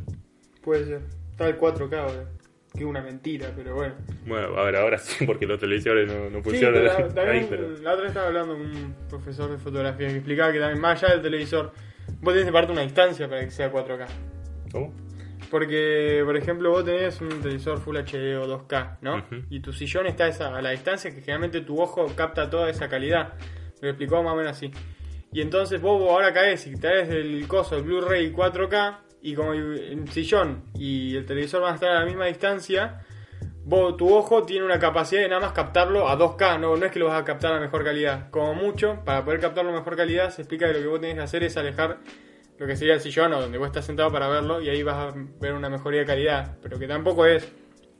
Speaker 2: Puede ser. Está el 4K ahora. Que es una mentira, pero bueno.
Speaker 1: Bueno, a ver, ahora sí, porque los televisores no, Pues no
Speaker 2: Sí,
Speaker 1: funcionan
Speaker 2: pero la,
Speaker 1: ahí,
Speaker 2: también
Speaker 1: pero...
Speaker 2: la otra vez estaba hablando con un profesor de fotografía que explicaba que también más allá del televisor, vos tenés que parte una distancia para que sea 4K.
Speaker 1: ¿Cómo?
Speaker 2: Porque, por ejemplo, vos tenés un televisor Full HD o 2K, ¿no?
Speaker 1: Ujú.
Speaker 2: Y tu sillón está a, esa- a la distancia que generalmente tu ojo capta toda esa calidad. Me Lo explicó más o menos así. Y entonces vos vos ahora caes y traes el coso, el Blu-ray 4K, y como el el sillón y el televisor van a estar a la misma distancia, vos, tu ojo tiene una capacidad de nada más captarlo a 2K, no, no es que lo vas a captar a mejor calidad. Como mucho, para poder captarlo a mejor calidad, se explica que lo que vos tenés que hacer es alejar lo que sería el sillón o donde vos estás sentado para verlo y ahí vas a ver una mejoría de calidad, pero que tampoco es,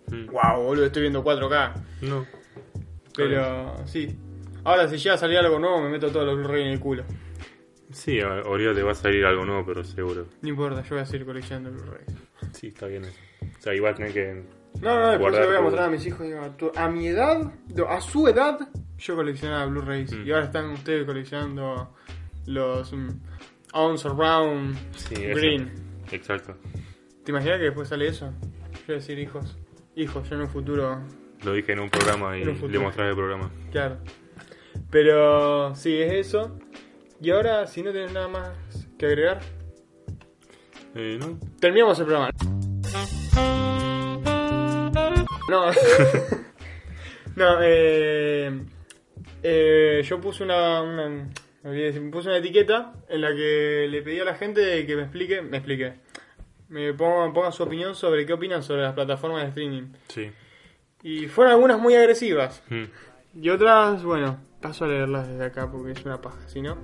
Speaker 1: Mm,
Speaker 2: wow, boludo, estoy viendo 4K.
Speaker 1: No.
Speaker 2: Pero sí. Ahora, si llega a salir algo nuevo, me meto todos los Blu-ray en el culo.
Speaker 1: Sí, a- ahorita te va a salir algo nuevo, pero seguro.
Speaker 2: No importa, yo voy a seguir coleccionando Blu-ray.
Speaker 1: Sí, está bien eso. O sea, igual tenés que...
Speaker 2: No, no, después
Speaker 1: Guardar
Speaker 2: le voy a
Speaker 1: todo.
Speaker 2: mostrar a mis hijos. digo, a, tu- a mi edad, no, a su edad, yo coleccionaba Blu-rays.
Speaker 1: Mm.
Speaker 2: Y ahora están ustedes coleccionando los mm, Ounce Around
Speaker 1: Sí, eso.
Speaker 2: Green.
Speaker 1: Exacto.
Speaker 2: ¿Te imaginas que después sale eso? Yo voy a decir hijos. Hijos, yo en un futuro
Speaker 1: Lo dije en un programa y
Speaker 2: En un futuro.
Speaker 1: le mostré el programa.
Speaker 2: Claro. Pero sí, es eso. Y ahora, si no tienes nada más que agregar,
Speaker 1: Eh, no.
Speaker 2: terminamos el programa. No. no, eh, eh, yo puse una, una- Me olvidé de decir, puse una etiqueta en la que le pedí a la gente que me explique, me explique, me ponga, ponga su opinión sobre qué opinan sobre las plataformas de streaming.
Speaker 1: Sí.
Speaker 2: Y fueron algunas muy agresivas.
Speaker 1: Mm.
Speaker 2: Y otras, bueno, paso a leerlas desde acá porque es una paja, si no.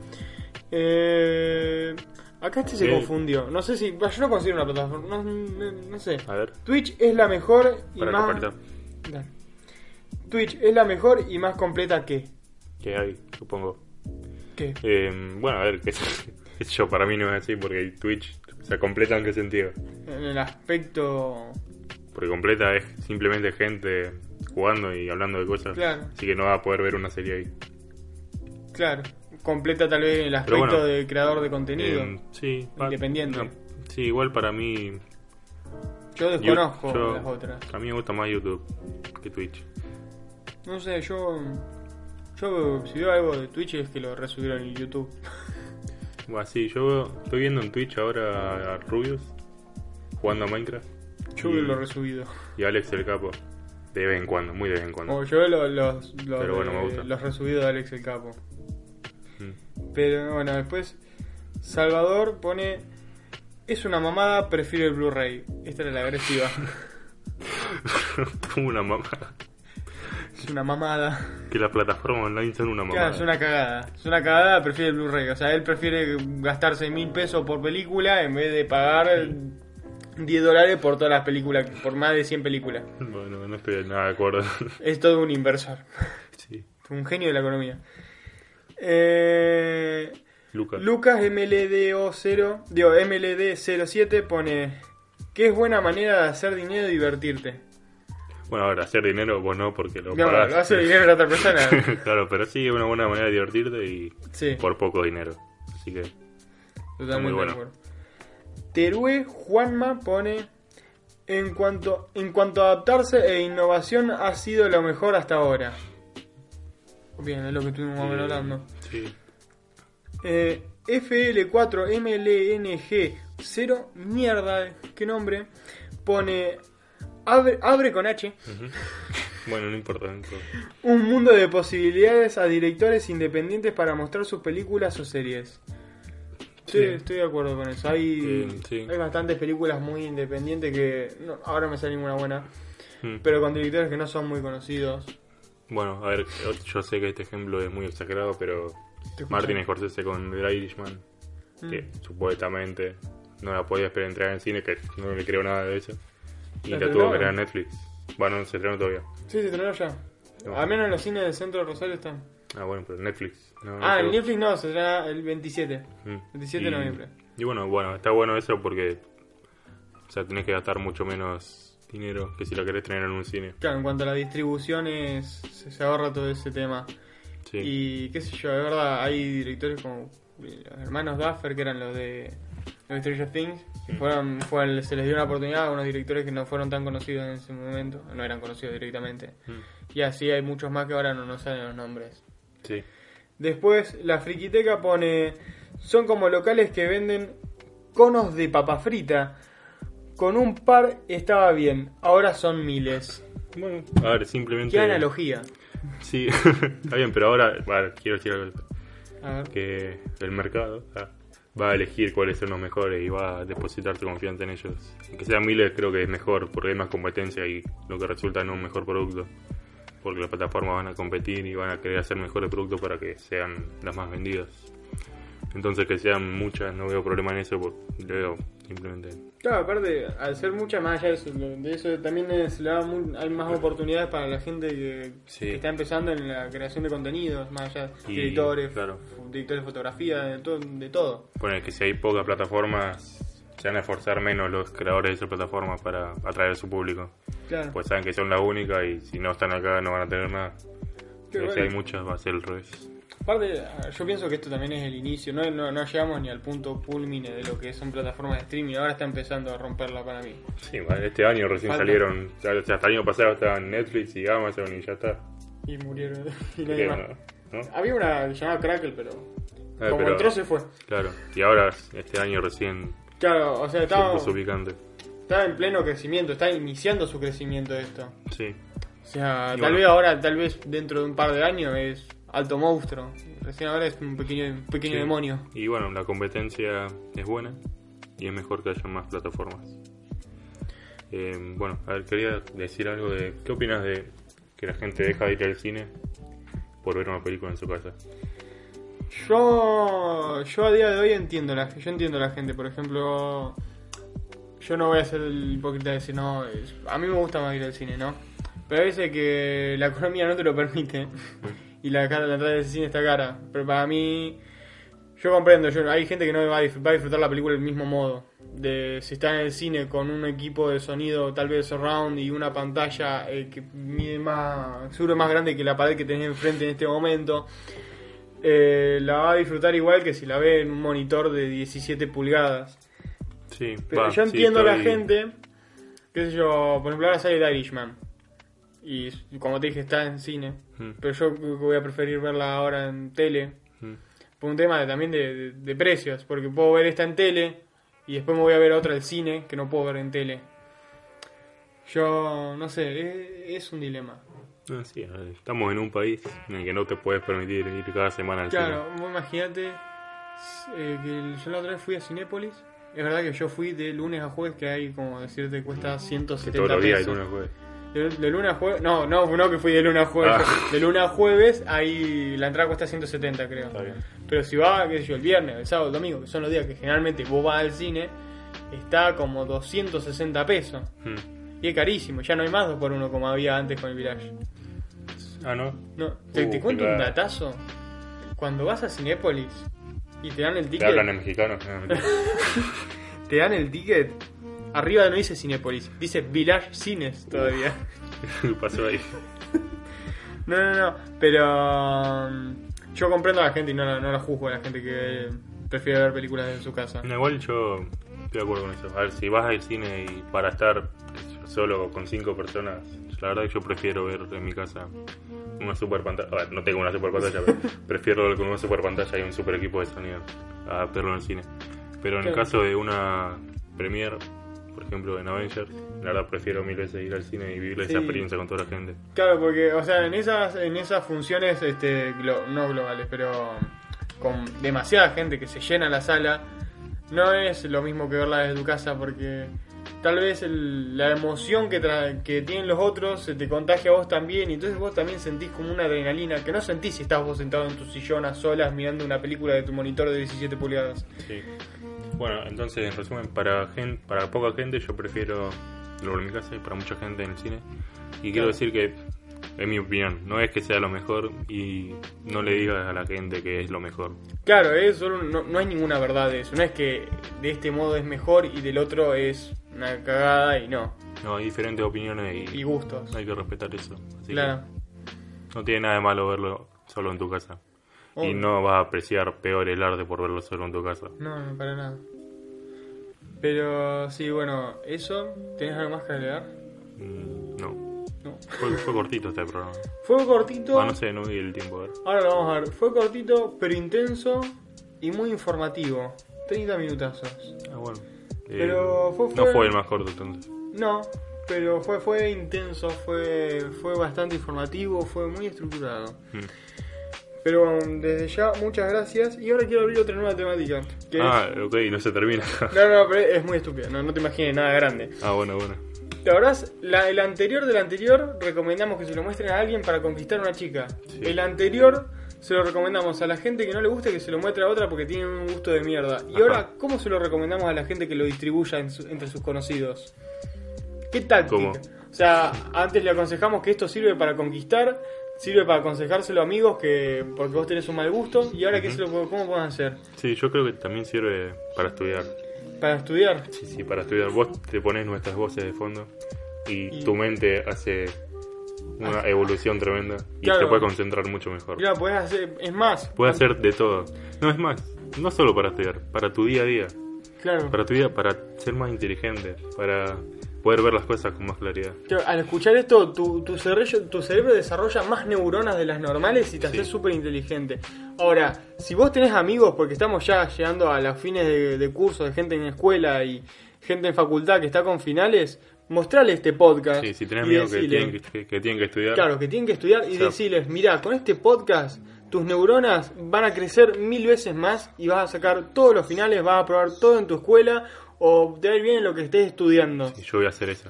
Speaker 2: Eh, acá este se
Speaker 1: Sí.
Speaker 2: confundió. No sé si. bah, Yo no considero una plataforma. No, no- no sé.
Speaker 1: A ver.
Speaker 2: Twitch es la mejor y
Speaker 1: Para
Speaker 2: más.
Speaker 1: compartir.
Speaker 2: Dale. Twitch es la mejor y más completa que.
Speaker 1: ¿Qué hay? Supongo.
Speaker 2: ¿Qué?
Speaker 1: Eh, bueno, a ver, qué sé qué sé yo, para mí no es así porque Twitch se completa en qué sentido.
Speaker 2: En el aspecto.
Speaker 1: Porque completa es simplemente gente jugando y hablando de cosas.
Speaker 2: Claro.
Speaker 1: Así que no va a poder ver una serie ahí.
Speaker 2: Claro. Completa tal vez en el
Speaker 1: Pero
Speaker 2: aspecto
Speaker 1: bueno.
Speaker 2: de creador de contenido.
Speaker 1: Eh, sí, va-
Speaker 2: Independiente.
Speaker 1: no, sí, igual para mí. yo-
Speaker 2: yo desconozco
Speaker 1: yo-
Speaker 2: las otras.
Speaker 1: A mí me gusta más YouTube que Twitch.
Speaker 2: No sé, yo. Yo, si veo algo de Twitch es que lo resubieron en YouTube.
Speaker 1: Bueno, sí, yo veo- estoy viendo en Twitch ahora a Rubius jugando a Minecraft.
Speaker 2: Yo
Speaker 1: y,
Speaker 2: lo he resubido.
Speaker 1: y Alex el Capo. De vez en cuando, muy de vez en cuando.
Speaker 2: O yo veo lo- los, los,
Speaker 1: Pero bueno, me
Speaker 2: de-
Speaker 1: gusta.
Speaker 2: los resubidos de Alex el Capo.
Speaker 1: Mm.
Speaker 2: Pero bueno, después Salvador pone... Es una mamada, prefiero el Blu-ray. Esta era la agresiva.
Speaker 1: Como una mamada.
Speaker 2: es una mamada.
Speaker 1: Que las plataformas online son una mamada.
Speaker 2: Claro, es una cagada. Es una cagada, prefiere el Blu-ray. O sea, él prefiere gastarse mil pesos por película en vez de pagar
Speaker 1: Mm.
Speaker 2: 10 dólares por todas las películas, por más de 100 películas.
Speaker 1: Bueno, no estoy nada de acuerdo.
Speaker 2: Es todo un inversor.
Speaker 1: sí.
Speaker 2: Un genio de la economía. Eh...
Speaker 1: Lucas.
Speaker 2: Lucas MLDO0, digo, MLD07 pone que es buena manera de hacer dinero y divertirte.
Speaker 1: bueno, ahora, hacer dinero vos no, porque lo
Speaker 2: No,
Speaker 1: pagás.
Speaker 2: lo hace dinero a la otra persona.
Speaker 1: claro, pero sí es una buena manera de divertirte y
Speaker 2: Sí,
Speaker 1: por poco dinero. Así que,
Speaker 2: totalmente
Speaker 1: muy bueno.
Speaker 2: de acuerdo. Terue Juanma pone en cuanto en cuanto a adaptarse e innovación ha sido lo mejor hasta ahora. Bien, es lo que estuvimos
Speaker 1: eh,
Speaker 2: hablando.
Speaker 1: Sí.
Speaker 2: Eh, FL4MLNG0, mierda, qué nombre, pone abre, abre con H
Speaker 1: Ujú. Bueno, no importa. no importa.
Speaker 2: un mundo de posibilidades a directores independientes para mostrar sus películas o series. Sí,
Speaker 1: Sí.
Speaker 2: estoy de acuerdo con eso. Hay,
Speaker 1: Bien, sí.
Speaker 2: hay bastantes películas muy independientes que no, ahora me sale ninguna buena,
Speaker 1: Mm.
Speaker 2: pero con directores que no son muy conocidos.
Speaker 1: Bueno, a ver, yo sé que este ejemplo es muy exagerado, pero
Speaker 2: Te Mm. escucho.
Speaker 1: Martin Scorsese con The Irishman, que supuestamente no la podía esperar a entrar en el cine, que no le creo nada de eso. Y
Speaker 2: ¿La
Speaker 1: la tuvo
Speaker 2: estrenaron?
Speaker 1: que ver a Netflix. Bueno, no se estrenó todavía.
Speaker 2: Sí, se estrenó ya.
Speaker 1: No.
Speaker 2: Al menos en los cines del centro de Rosario están.
Speaker 1: Ah, bueno, pero Netflix. no, no
Speaker 2: ah, en
Speaker 1: creo.
Speaker 2: Netflix no, se estrena el 27.
Speaker 1: Mm.
Speaker 2: 27 de
Speaker 1: Y-
Speaker 2: noviembre.
Speaker 1: Y bueno, bueno, está bueno eso porque. O sea, tenés que gastar mucho menos dinero que si la querés tener en un cine.
Speaker 2: Claro, en cuanto a la distribución es, se, se ahorra todo ese tema.
Speaker 1: Sí.
Speaker 2: Y qué sé yo, de verdad, hay directores como eh, los hermanos Duffer, que eran los de, los de Stranger Things, que
Speaker 1: Mm.
Speaker 2: fueron, fue- se les dio una oportunidad a unos directores que no fueron tan conocidos en ese momento, no eran conocidos directamente.
Speaker 1: Mm.
Speaker 2: Y así hay muchos más que ahora no nos salen los nombres.
Speaker 1: Sí.
Speaker 2: Después, la friquiteca pone, son como locales que venden conos de papa frita. Con un par estaba bien, ahora son miles.
Speaker 1: Bueno, a ver, simplemente.
Speaker 2: Qué analogía.
Speaker 1: Sí, está bien, pero ahora. Bueno, quiero decir algo.
Speaker 2: A ver.
Speaker 1: Que el mercado ah, va a elegir cuáles son los mejores y va a depositar tu confianza en ellos. Que sean miles, creo que es mejor porque hay más competencia y lo que resulta en un mejor producto. Porque las plataformas van a competir y van a querer hacer mejores productos para que sean las más vendidas. Entonces, que sean muchas, no veo problema en eso, porque le veo simplemente.
Speaker 2: Claro, aparte, al ser mucha más allá de eso, de eso también es- le da mu- hay más oportunidades para la gente que,
Speaker 1: Sí.
Speaker 2: que está empezando en la creación de contenidos, más allá de
Speaker 1: Y,
Speaker 2: directores,
Speaker 1: claro.
Speaker 2: f- directores de fotografía, de todo. De todo.
Speaker 1: Poner que si hay pocas plataformas, se van a esforzar menos los creadores de esas plataformas para atraer a su público.
Speaker 2: Claro.
Speaker 1: Pues saben que son las únicas y si no están acá no van a tener nada.
Speaker 2: Qué
Speaker 1: Pero si
Speaker 2: bueno.
Speaker 1: hay muchas va a ser el revés.
Speaker 2: Aparte, ah, yo pienso que esto también es el inicio, no, no, no llegamos ni al punto culmine de lo que son plataformas de streaming, ahora está empezando a romperla para mí.
Speaker 1: Sí, bueno, este año recién
Speaker 2: Falta.
Speaker 1: salieron, o sea, hasta el año pasado estaban Netflix y Amazon y ya está.
Speaker 2: Y murieron. y nadie
Speaker 1: Creo,
Speaker 2: más.
Speaker 1: ¿no? ¿No?
Speaker 2: Había una llamada Crackle, pero
Speaker 1: Ah,
Speaker 2: como
Speaker 1: pero-
Speaker 2: entró se fue.
Speaker 1: Claro, y ahora este año recién
Speaker 2: Claro, o sea,
Speaker 1: se
Speaker 2: estaba,
Speaker 1: puso picante.
Speaker 2: estaba en pleno crecimiento, está iniciando su crecimiento esto.
Speaker 1: Sí,
Speaker 2: O sea,
Speaker 1: Y
Speaker 2: tal
Speaker 1: bueno.
Speaker 2: vez ahora, tal vez dentro de un par de años es alto monstruo. Recién ahora es un pequeño, un pequeño
Speaker 1: Sí.
Speaker 2: demonio.
Speaker 1: Y bueno, la competencia es buena y es mejor que haya más plataformas. Eh, bueno, a ver, quería decir algo de... ¿Qué opinas de que la gente deja de ir al cine por ver una película en su casa?
Speaker 2: Yo, yo a día de hoy entiendo la, yo entiendo la gente, por ejemplo, yo no voy a ser el hipócrita de decir, no, es- a mí me gusta más ir al cine, ¿no? Pero a veces que la economía no te lo permite y la cara, la entrada del cine está cara, pero para mí, yo comprendo, yo, hay gente que no va a, disfr- va a disfrutar la película del mismo modo, de si está en el cine con un equipo de sonido tal vez surround y una pantalla eh, que mide más, seguro es más grande que la pared que tenés enfrente en este momento eh, la va a disfrutar igual que si la ve en un monitor de 17 pulgadas.
Speaker 1: Sí,
Speaker 2: Pero
Speaker 1: va,
Speaker 2: yo
Speaker 1: sí,
Speaker 2: entiendo a la
Speaker 1: estoy-
Speaker 2: gente, qué sé yo, por ejemplo ahora sale el Irishman. Y como te dije, está en cine.
Speaker 1: Mm,
Speaker 2: Pero yo creo que voy a preferir verla ahora en tele.
Speaker 1: mm.
Speaker 2: Por un tema de- también de, de- de precios. Porque puedo ver esta en tele y después me voy a ver otra al cine que no puedo ver en tele. Yo no sé, e, es, es un dilema.
Speaker 1: Ah, sí, a ver, estamos en un país en el que no te puedes permitir ir cada semana al
Speaker 2: Claro, vos imagínate eh, que el- yo la otra vez fui a Cinépolis. Es verdad que yo fui de lunes a jueves, que hay como decirte cuesta
Speaker 1: cine. Que
Speaker 2: 170
Speaker 1: todos los días, hay pues. lunes,
Speaker 2: pesos.
Speaker 1: jueves.
Speaker 2: De, de lunes a jueves, no, no, no que fui de lunes a jueves.
Speaker 1: Ah.
Speaker 2: De lunes a jueves, ahí la entrada cuesta 170, creo.
Speaker 1: Está bien.
Speaker 2: Pero si va, qué sé yo, el viernes, el sábado, el domingo, que son los días que generalmente vos vas al cine, está como 260 pesos.
Speaker 1: Mm.
Speaker 2: Y es carísimo, ya no hay más 2x1 como había antes con el Village.
Speaker 1: Ah, ¿no?
Speaker 2: No, te,
Speaker 1: Uh,
Speaker 2: te cuento un
Speaker 1: claro.
Speaker 2: datazo. Cuando vas a Cinépolis y te dan el
Speaker 1: ¿Te
Speaker 2: ticket,
Speaker 1: hablan en mexicano? No, mentira.
Speaker 2: te dan el ticket, arriba no dice Cinépolis, dice Village Cines todavía.
Speaker 1: Pasó ahí.
Speaker 2: No, no, no, pero mm, yo comprendo a la gente y no, la- no la juzgo a la gente que prefiere ver películas en su casa.
Speaker 1: No, igual yo estoy de acuerdo con eso. A ver, si vas al cine y para estar qué sé yo, solo con cinco personas, la verdad que yo prefiero ver en mi casa una super pantalla. A ver, no tengo una super pantalla, pero prefiero ver con una super pantalla y un super equipo de sonido a verlo en el cine. Pero en el
Speaker 2: Claro.
Speaker 1: caso de una premiere, por ejemplo, en Avengers, la verdad prefiero mil veces ir al cine y vivir
Speaker 2: Sí.
Speaker 1: esa experiencia con toda la gente.
Speaker 2: Claro, porque, o sea, en esas, en esas funciones, este, glo- no globales, pero con demasiada gente que se llena la sala, no es lo mismo que verla desde tu casa, porque tal vez el- la emoción que, tra- que tienen los otros se te contagia a vos también, y entonces vos también sentís como una adrenalina que no sentís si estás vos sentado en tu sillón a solas mirando una película de tu monitor de 17 pulgadas.
Speaker 1: Sí. Bueno, entonces, en resumen, para, gen, para poca gente yo prefiero lo en mi casa y para mucha gente en el cine. Y quiero
Speaker 2: Claro.
Speaker 1: decir que es mi opinión, no es que sea lo mejor y no le digas a la gente que es lo mejor.
Speaker 2: Claro, es solo- no, no hay ninguna verdad de eso, no es que de este modo es mejor y del otro es una cagada y no,
Speaker 1: No, hay diferentes opiniones
Speaker 2: y
Speaker 1: y
Speaker 2: gustos.
Speaker 1: hay que respetar eso. Así que
Speaker 2: Claro.
Speaker 1: no tiene nada de malo verlo solo en tu casa. Y
Speaker 2: Obvio.
Speaker 1: no vas a apreciar peor el arte por verlo solo en tu casa.
Speaker 2: No, no, para nada. Pero sí, bueno, eso. ¿Tenés algo más que agregar?
Speaker 1: Mm, No,
Speaker 2: No.
Speaker 1: fue, fue cortito este programa.
Speaker 2: Fue cortito.
Speaker 1: Ah, no sé, no vi el tiempo. a ver.
Speaker 2: Ahora lo vamos a ver. Fue cortito, pero intenso y muy informativo. 30 minutazos.
Speaker 1: Ah, bueno. Eh,
Speaker 2: Pero fue-
Speaker 1: No
Speaker 2: fue-
Speaker 1: fue el más corto entonces.
Speaker 2: No, pero fue, fue intenso, fue, fue bastante informativo, fue muy estructurado.
Speaker 1: Mm.
Speaker 2: Pero um, desde ya, muchas gracias. Y ahora quiero abrir otra nueva temática. Que
Speaker 1: Ah, ok, no se termina.
Speaker 2: es... No, no, pero es muy estúpida. No, no te imagines nada grande.
Speaker 1: ah, bueno, bueno.
Speaker 2: La verdad, la, el anterior del anterior recomendamos que se lo muestren a alguien para conquistar a una chica.
Speaker 1: Sí.
Speaker 2: El anterior se lo recomendamos a la gente que no le gusta que se lo muestre a otra porque tiene un gusto de mierda. Y
Speaker 1: Ajá.
Speaker 2: ahora, ¿cómo se lo recomendamos a la gente que lo distribuya en su- entre sus conocidos? ¿Qué táctica?
Speaker 1: ¿Cómo?
Speaker 2: O sea, antes le aconsejamos que esto sirve para conquistar, sirve para aconsejárselo a amigos que porque vos tenés un mal gusto. ¿Y ahora qué se lo, cómo podés hacer?
Speaker 1: Sí, yo creo que también sirve para estudiar.
Speaker 2: ¿Para estudiar?
Speaker 1: Sí, sí, para estudiar. Vos te pones nuestras voces de fondo y,
Speaker 2: Y- Ah.
Speaker 1: tu mente hace una evolución tremenda y
Speaker 2: Claro.
Speaker 1: te puede concentrar mucho mejor.
Speaker 2: Mira, podés hacer... Es más...
Speaker 1: Puedes hacer de todo. No es más, no solo para estudiar, para tu día a día.
Speaker 2: Claro.
Speaker 1: Para tu vida, para ser más inteligente, para poder ver las cosas con más claridad.
Speaker 2: Claro, al escuchar esto, tu, tu cerebro, tu cerebro desarrolla más neuronas de las normales y te haces
Speaker 1: Sí.
Speaker 2: súper inteligente. Ahora, si vos tenés amigos, porque estamos ya llegando a los fines de, de curso, de gente en escuela y gente en facultad que está con finales, mostrale este podcast.
Speaker 1: Sí, si tenés
Speaker 2: y
Speaker 1: miedo que
Speaker 2: decile-
Speaker 1: tienen que, que tienen que estudiar,
Speaker 2: Claro, que tienen que estudiar y
Speaker 1: O sea-
Speaker 2: decirles, mira, con este podcast tus neuronas van a crecer mil veces más y vas a sacar todos los finales, vas a probar todo en tu escuela o te va a ir bien en lo que estés estudiando.
Speaker 1: Y yo voy a hacer eso.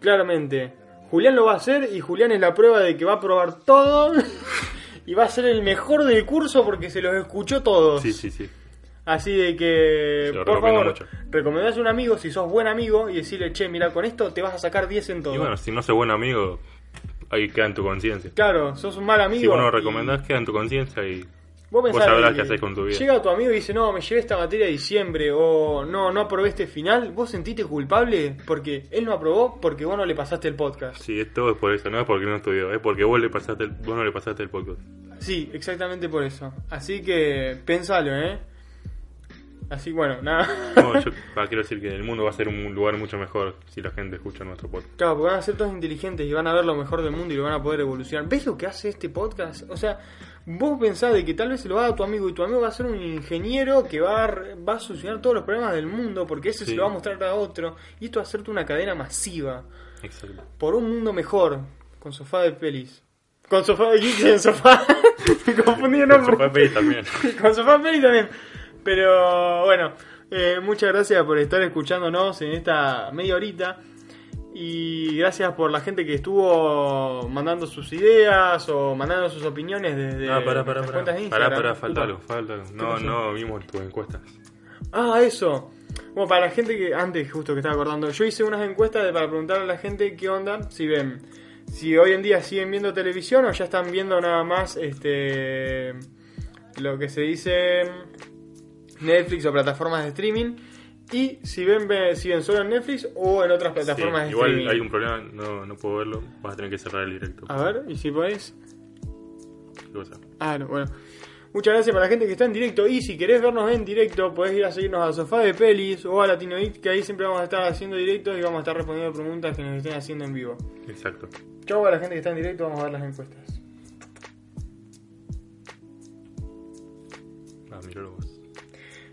Speaker 2: Claramente. Julián lo va a hacer y Julián es la prueba de que va a probar todo y va a ser el mejor del curso porque se los escuchó todos.
Speaker 1: Sí, sí, sí.
Speaker 2: Así de que,
Speaker 1: Se lo
Speaker 2: por
Speaker 1: recomiendo
Speaker 2: favor,
Speaker 1: mucho.
Speaker 2: recomendás a un amigo si sos buen amigo y decirle, che, mira, con esto te vas a sacar 10 en todo.
Speaker 1: Y bueno, si no soy buen amigo, ahí queda en tu conciencia.
Speaker 2: Claro, sos un mal amigo.
Speaker 1: Si vos no lo
Speaker 2: y
Speaker 1: recomendás, queda en tu conciencia y
Speaker 2: Vos, pensás
Speaker 1: sabrás
Speaker 2: de
Speaker 1: qué hacer con tu vida.
Speaker 2: Llega tu amigo y dice, no, me llevé esta materia de diciembre o no, no aprobé este final. ¿Vos sentiste culpable? Porque él no aprobó porque vos no le pasaste el podcast.
Speaker 1: si es todo es por eso, no es porque no estudió, es porque vos, le pasaste el- vos no le pasaste el podcast.
Speaker 2: Sí, exactamente por eso. Así que pensalo, ¿eh? Así que bueno, nada.
Speaker 1: No, yo ah, quiero decir que el mundo va a ser un lugar mucho mejor si la gente escucha nuestro podcast.
Speaker 2: Claro, porque van a ser todos inteligentes y van a ver lo mejor del mundo y lo van a poder evolucionar. ¿Ves lo que hace este podcast? O sea, vos pensás de que tal vez se lo va a dar tu amigo y tu amigo va a ser un ingeniero que va a, re- va a solucionar todos los problemas del mundo porque ese se
Speaker 1: Sí.
Speaker 2: lo va a mostrar a otro. Y esto va a hacerte una cadena masiva
Speaker 1: Exacto.
Speaker 2: por un mundo mejor con sofá de pelis. Con sofá de geeks en sofá. Me confundí de
Speaker 1: Con su
Speaker 2: nombre.
Speaker 1: papel también.
Speaker 2: Con su fanpage también. Pero bueno, eh, muchas gracias por estar escuchándonos en esta media horita. Y gracias por la gente que estuvo mandando sus ideas o mandando sus opiniones desde
Speaker 1: No, Ah, pará, pará,
Speaker 2: nuestras
Speaker 1: pará.
Speaker 2: cuentas de
Speaker 1: Pará,
Speaker 2: Instagram.
Speaker 1: pará, falta
Speaker 2: Upa.
Speaker 1: algo, falta algo. No,
Speaker 2: pasó?
Speaker 1: no vimos tus encuestas.
Speaker 2: Ah, eso. Bueno, para la gente que antes justo que estaba acordando, yo hice unas encuestas de- para preguntar a la gente qué onda, si ven, si hoy en día siguen viendo televisión o ya están viendo nada más, este, lo que se dice Netflix o plataformas de streaming y si ven, ve- si ven solo en Netflix o en otras
Speaker 1: Sí,
Speaker 2: plataformas de
Speaker 1: igual
Speaker 2: streaming.
Speaker 1: hay un problema, no, no puedo verlo, vas a tener que cerrar el directo.
Speaker 2: A ver, y si podés.
Speaker 1: ¿Qué cosa?
Speaker 2: Ah, no, bueno. Muchas gracias para la gente que está en directo. Y si querés vernos en directo, podés ir a seguirnos a Sofá de Pelis o a Latinoid, que ahí siempre vamos a estar haciendo directos y vamos a estar respondiendo preguntas que nos estén haciendo en vivo.
Speaker 1: Exacto.
Speaker 2: Chau a la gente que está en directo, vamos a ver las encuestas.
Speaker 1: Ah, míralo vos.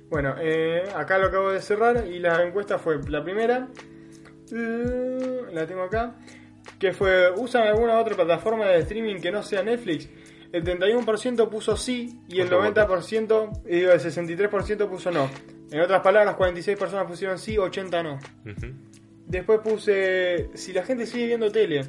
Speaker 2: Bueno, eh, acá lo acabo de cerrar y la encuesta fue la primera. eh, La tengo acá. Que fue, ¿usan alguna otra plataforma de streaming que no sea Netflix? El 31% puso sí y el
Speaker 1: Otro voto.
Speaker 2: 90%, eh, digo, el 63% puso no. En otras palabras, 46 personas pusieron sí, 80 no.
Speaker 1: Ujú.
Speaker 2: Después puse, si la gente sigue viendo tele.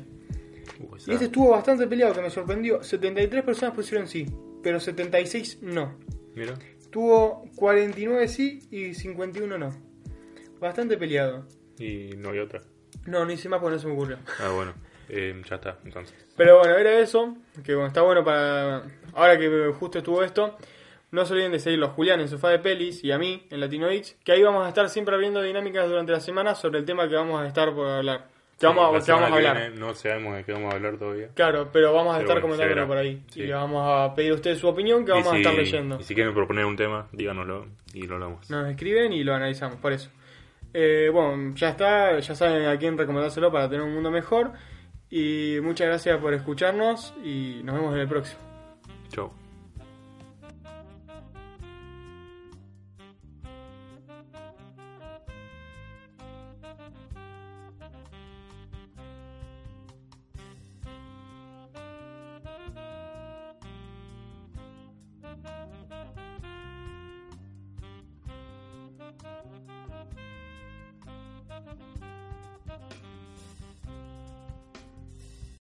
Speaker 1: Uh, esa-
Speaker 2: Y este estuvo bastante peleado, que me sorprendió. 73 personas pusieron sí, pero 76 no.
Speaker 1: Mira.
Speaker 2: Tuvo 49 sí y 51 no. Bastante peleado.
Speaker 1: Y no hay otra.
Speaker 2: No, no hice más porque no se me ocurrió.
Speaker 1: Ah, bueno. Eh, ya está, entonces.
Speaker 2: Pero bueno, era eso. Que bueno, está bueno para. Ahora que justo estuvo esto. No se olviden de seguirlo a Julián en Sofá de Pelis y a mí en LatinoX. Que ahí vamos a estar siempre abriendo dinámicas durante la semana sobre el tema que vamos a estar por hablar. Que vamos, a-
Speaker 1: La
Speaker 2: que
Speaker 1: semana
Speaker 2: vamos a
Speaker 1: que
Speaker 2: hablar.
Speaker 1: viene no sabemos de qué vamos a hablar todavía.
Speaker 2: Claro, pero vamos a
Speaker 1: Pero
Speaker 2: estar
Speaker 1: bueno, se
Speaker 2: comentándolo
Speaker 1: verá.
Speaker 2: por ahí.
Speaker 1: Sí.
Speaker 2: Y le vamos a pedir a ustedes su opinión que vamos
Speaker 1: Y
Speaker 2: a
Speaker 1: si-
Speaker 2: estar leyendo.
Speaker 1: Y si quieren proponer un tema, díganoslo y lo hablamos.
Speaker 2: Nos escriben y lo analizamos, por eso. Eh, bueno, ya está, ya saben a quién recomendárselo para tener un mundo mejor. Y muchas gracias por escucharnos y nos vemos en el próximo.
Speaker 1: Chau.